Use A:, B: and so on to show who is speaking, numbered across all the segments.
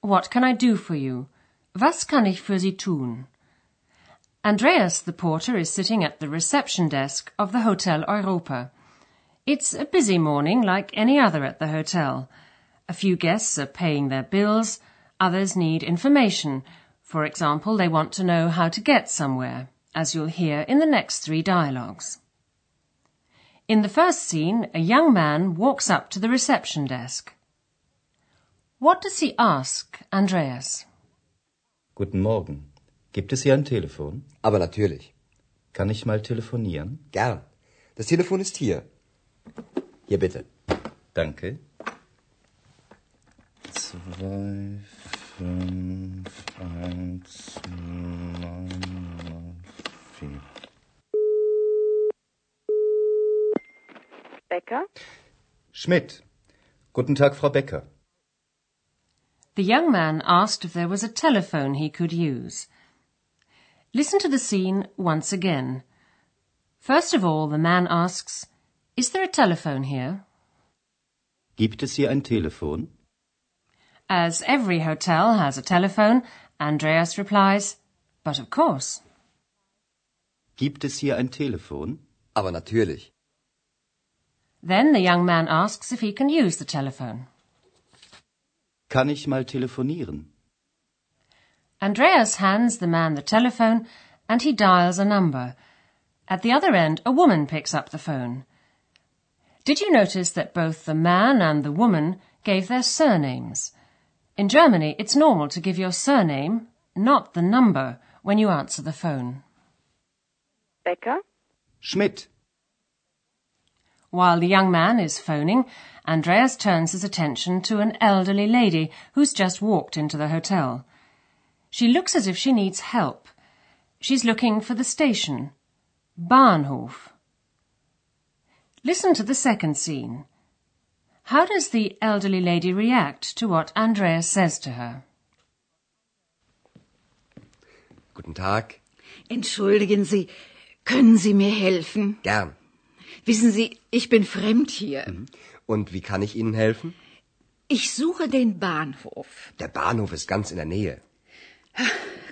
A: What can I do for you? Was kann ich für Sie tun? Andreas the porter is sitting at the reception desk of the Hotel Europa. It's a busy morning like any other at the hotel. A few guests are paying their bills, others need information. For example, they want to know how to get somewhere, as you'll hear in the next three dialogues. In the first scene, a young man walks up to the reception desk. What does he ask, Andreas?
B: Guten Morgen. Gibt es hier ein Telefon?
C: Aber natürlich.
B: Kann ich mal telefonieren?
C: Gern. Das Telefon ist hier. Hier bitte.
B: Danke. Zwei, fünf, eins, neun, vier.
D: Becker?
B: Schmidt. Guten Tag, Frau Becker.
A: The young man asked if there was a telephone he could use. Listen to the scene once again. First of all, the man asks, Is there a telephone here?
B: Gibt es hier ein Telefon?
A: As every hotel has a telephone, Andreas replies, But of course.
B: Gibt es hier ein Telefon?
C: Aber natürlich.
A: Then the young man asks if he can use the telephone.
B: Kann ich mal telefonieren?
A: Andreas hands the man the telephone and he dials a number. At the other end, a woman picks up the phone. Did you notice that both the man and the woman gave their surnames? In Germany, it's normal to give your surname, not the number, when you answer the phone.
D: Becker?
B: Schmidt.
A: While the young man is phoning, Andreas turns his attention to an elderly lady who's just walked into the hotel. She looks as if she needs help. She's looking for the station. Bahnhof. Listen to the second scene. How does the elderly lady react to what Andreas says to her?
C: Guten Tag.
E: Entschuldigen Sie, können Sie mir helfen?
C: Gern.
E: Wissen Sie, ich bin fremd hier.
C: Und wie kann ich Ihnen helfen?
E: Ich suche den Bahnhof.
C: Der Bahnhof ist ganz in der Nähe.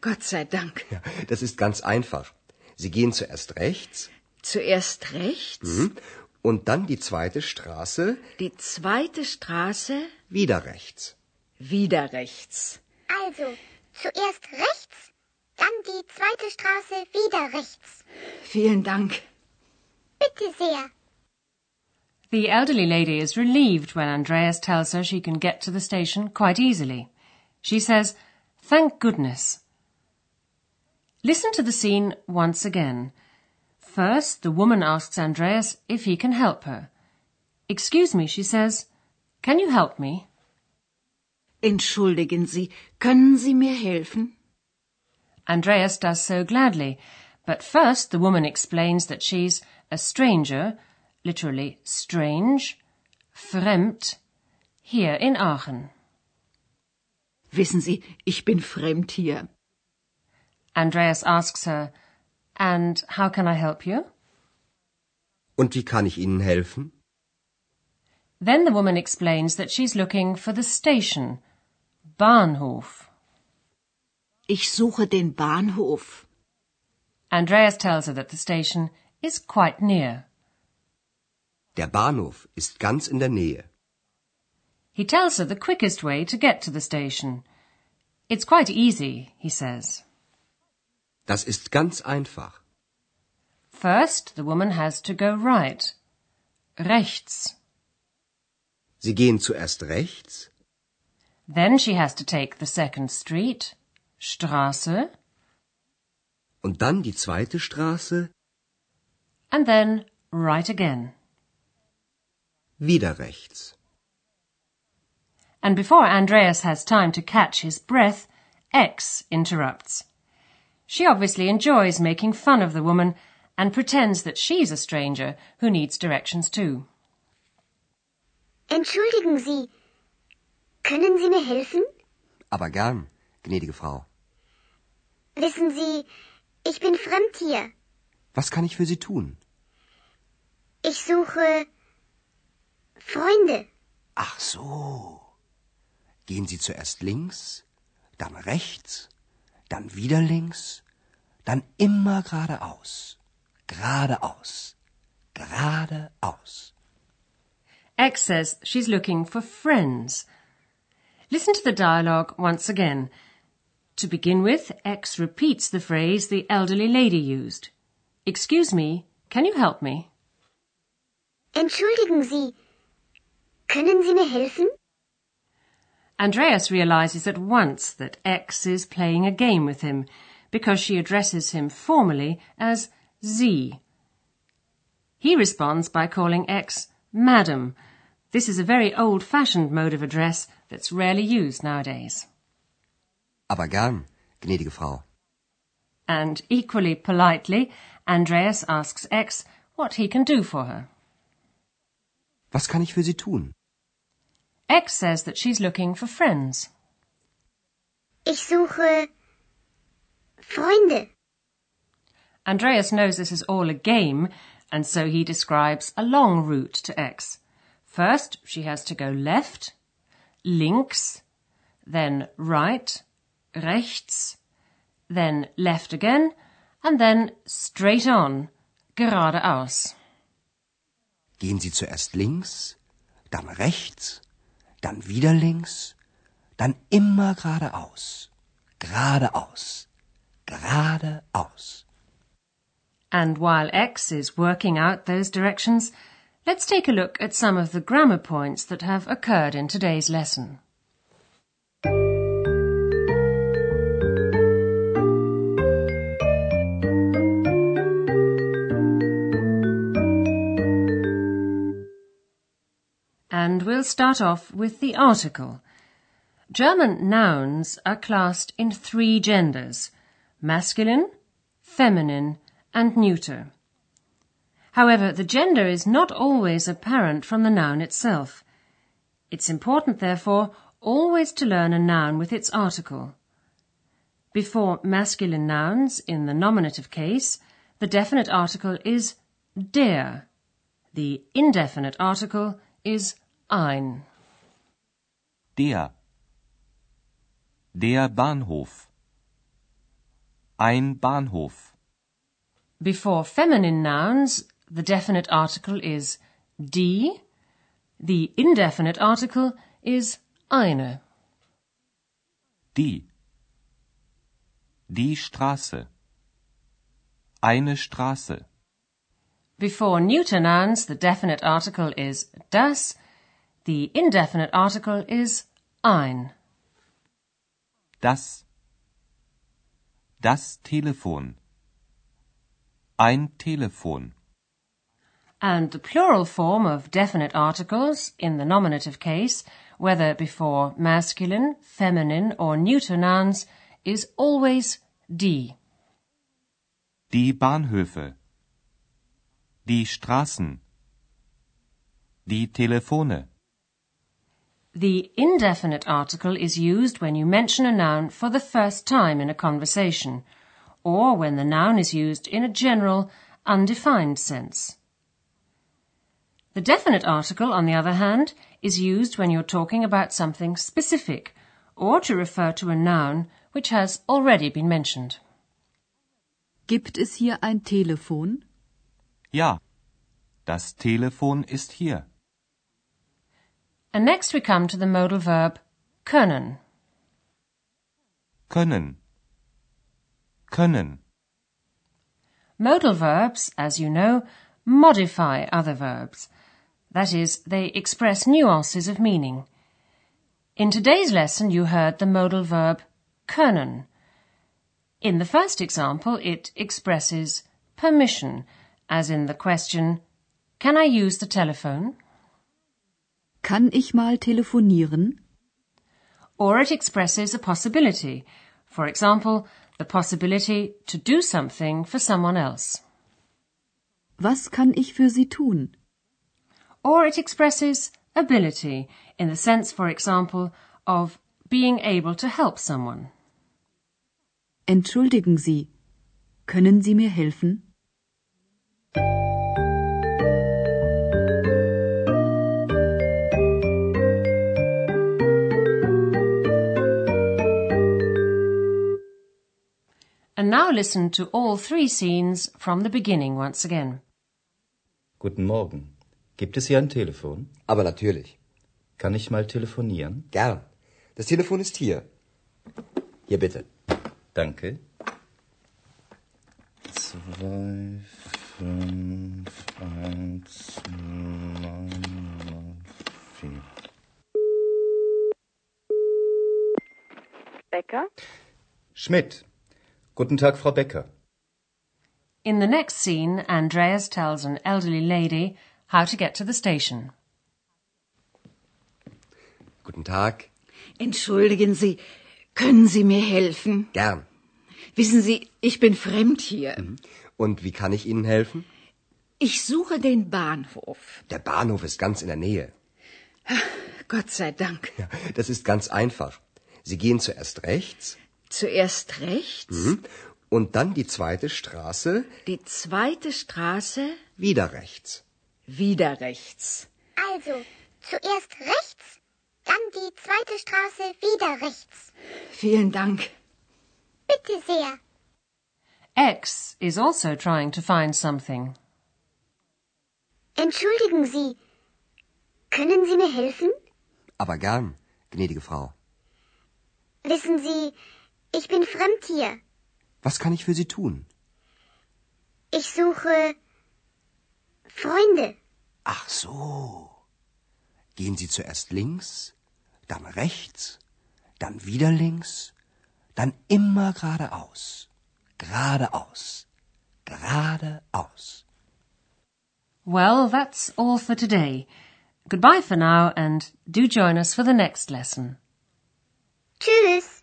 E: Gott sei Dank.
C: Ja, das ist ganz einfach. Sie gehen zuerst rechts
E: Zuerst rechts,
C: hm, und dann die zweite Straße
E: die zweite Straße,
C: wieder rechts.
E: wieder rechts.
F: Also, zuerst rechts, dann die zweite Straße wieder rechts.
E: Vielen Dank.
F: Bitte sehr.
A: The elderly lady is relieved when Andreas tells her she can get to the station quite easily. She says, Thank goodness. Listen to the scene once again. First, the woman asks Andreas if he can help her. Excuse me, she says, Can you help me?
E: Entschuldigen Sie, können Sie mir helfen?
A: Andreas does so gladly, but first the woman explains that she's a stranger, literally strange, fremd, here in Aachen.
E: Wissen Sie, ich bin fremd hier.
A: Andreas asks her, And how can I help you?
C: Und wie kann ich Ihnen helfen?
A: Then the woman explains that she's looking for the station, Bahnhof.
E: Ich suche den Bahnhof.
A: Andreas tells her that the station is quite near.
C: Der Bahnhof ist ganz in der Nähe.
A: He tells her the quickest way to get to the station. It's quite easy, he says.
C: Das ist ganz einfach.
A: First, the woman has to go right. Rechts.
C: Sie gehen zuerst rechts
A: Then she has to take the second street, Straße,
C: und dann die zweite Straße
A: and then right again.
C: wieder rechts.
A: And before Andreas has time to catch his breath, X interrupts. She obviously enjoys making fun of the woman and pretends that she's a stranger who needs directions too.
F: Entschuldigen Sie, können Sie mir helfen?
G: Aber gern, gnädige Frau.
F: Wissen Sie, ich bin fremd hier.
G: Was kann ich für Sie tun?
F: Ich suche Freunde.
G: Ach so. Gehen Sie zuerst links, dann rechts, dann wieder links, dann immer geradeaus. Geradeaus. Geradeaus.
A: X says she's looking for friends. Listen to the dialogue once again. To begin with, X repeats the phrase the elderly lady used. Excuse me, can you help me?
F: Entschuldigen Sie, können Sie mir helfen?
A: Andreas realizes at once that X is playing a game with him because she addresses him formally as Z. He responds by calling X Madam. This is a very old fashioned mode of address that's rarely used nowadays.
G: Aber gern, gnädige Frau.
A: And equally politely, Andreas asks X what he can do for her.
G: Was kann ich für Sie tun?
A: X says that she's looking for friends.
F: Ich suche Freunde.
A: Andreas knows this is all a game, and so he describes a long route to X. First, she has to go left, links, then right, rechts, then left again, and then straight on, geradeaus.
G: Gehen Sie zuerst links, dann rechts, dann wieder links, dann immer geradeaus. Geradeaus. Geradeaus.
A: And while X is working out those directions, let's take a look at some of the grammar points that have occurred in today's lesson. And we'll start off with the article. German nouns are classed in three genders masculine, feminine, and neuter. However, the gender is not always apparent from the noun itself. It's important, therefore, always to learn a noun with its article. Before masculine nouns in the nominative case, the definite article is der. The indefinite article is ein.
H: Der. Der Bahnhof. Ein Bahnhof.
A: Before feminine nouns, the definite article is die. The indefinite article is eine.
H: Die. Die Straße. Eine Straße.
A: Before neuter nouns, the definite article is das. The indefinite article is ein.
H: Das. Das Telefon. Ein Telefon.
A: And the plural form of definite articles in the nominative case, whether before masculine, feminine, or neuter nouns, is always die.
H: Die Bahnhöfe. Die Straßen. Die Telefone.
A: The indefinite article is used when you mention a noun for the first time in a conversation, or when the noun is used in a general, undefined sense. The definite article, on the other hand, is used when you're talking about something specific, or to refer to a noun which has already been mentioned.
I: Gibt es hier ein Telefon?
H: Ja, das Telefon ist hier.
A: And next we come to the modal verb können.
H: Können. Können.
A: Modal verbs, as you know, modify other verbs. That is, they express nuances of meaning. In today's lesson, you heard the modal verb können. In the first example, it expresses permission as in the question, Can I use the telephone?
I: Kann ich mal telefonieren?
A: or it expresses a possibility. For example, the possibility to do something for someone else.
I: Was kann ich für Sie tun?
A: Or it expresses ability in the sense, for example, of being able to help someone.
I: Entschuldigen Sie, können Sie mir helfen?
A: And now listen to all three scenes from the beginning once again.
B: Guten Morgen. Gibt es hier ein Telefon?
C: Aber natürlich.
B: Kann ich mal telefonieren?
C: Gern. Das Telefon ist hier. Hier bitte.
B: Danke. Zwei, fünf, eins, neun, vier.
D: Becker?
B: Schmidt. Guten Tag, Frau Becker.
A: In the next scene, Andreas tells an elderly lady how to get to the station.
C: Guten Tag.
E: Entschuldigen Sie, können Sie mir helfen?
C: Gern.
E: Wissen Sie, ich bin fremd hier.
C: Und wie kann ich Ihnen helfen?
E: Ich suche den Bahnhof.
C: Der Bahnhof ist ganz in der Nähe.
E: Gott sei Dank.
C: Ja, das ist ganz einfach. Sie gehen zuerst rechts
E: Zuerst rechts,
C: mhm, und dann die zweite Straße
E: die zweite Straße,
C: wieder rechts.
E: wieder rechts.
F: Also, zuerst rechts, dann die zweite Straße wieder rechts.
E: Vielen Dank.
F: Bitte sehr.
A: X is also trying to find something.
F: Entschuldigen Sie, können Sie mir helfen?
C: Aber gern, gnädige Frau.
F: Wissen Sie, ich bin fremd hier.
C: Was kann ich für Sie tun?
F: Ich suche Freunde.
G: Ach so. Gehen Sie zuerst links, dann rechts, dann wieder links, dann immer geradeaus. Geradeaus. Geradeaus.
A: Well, that's all for today. Goodbye for now and do join us for the next lesson.
F: Tschüss.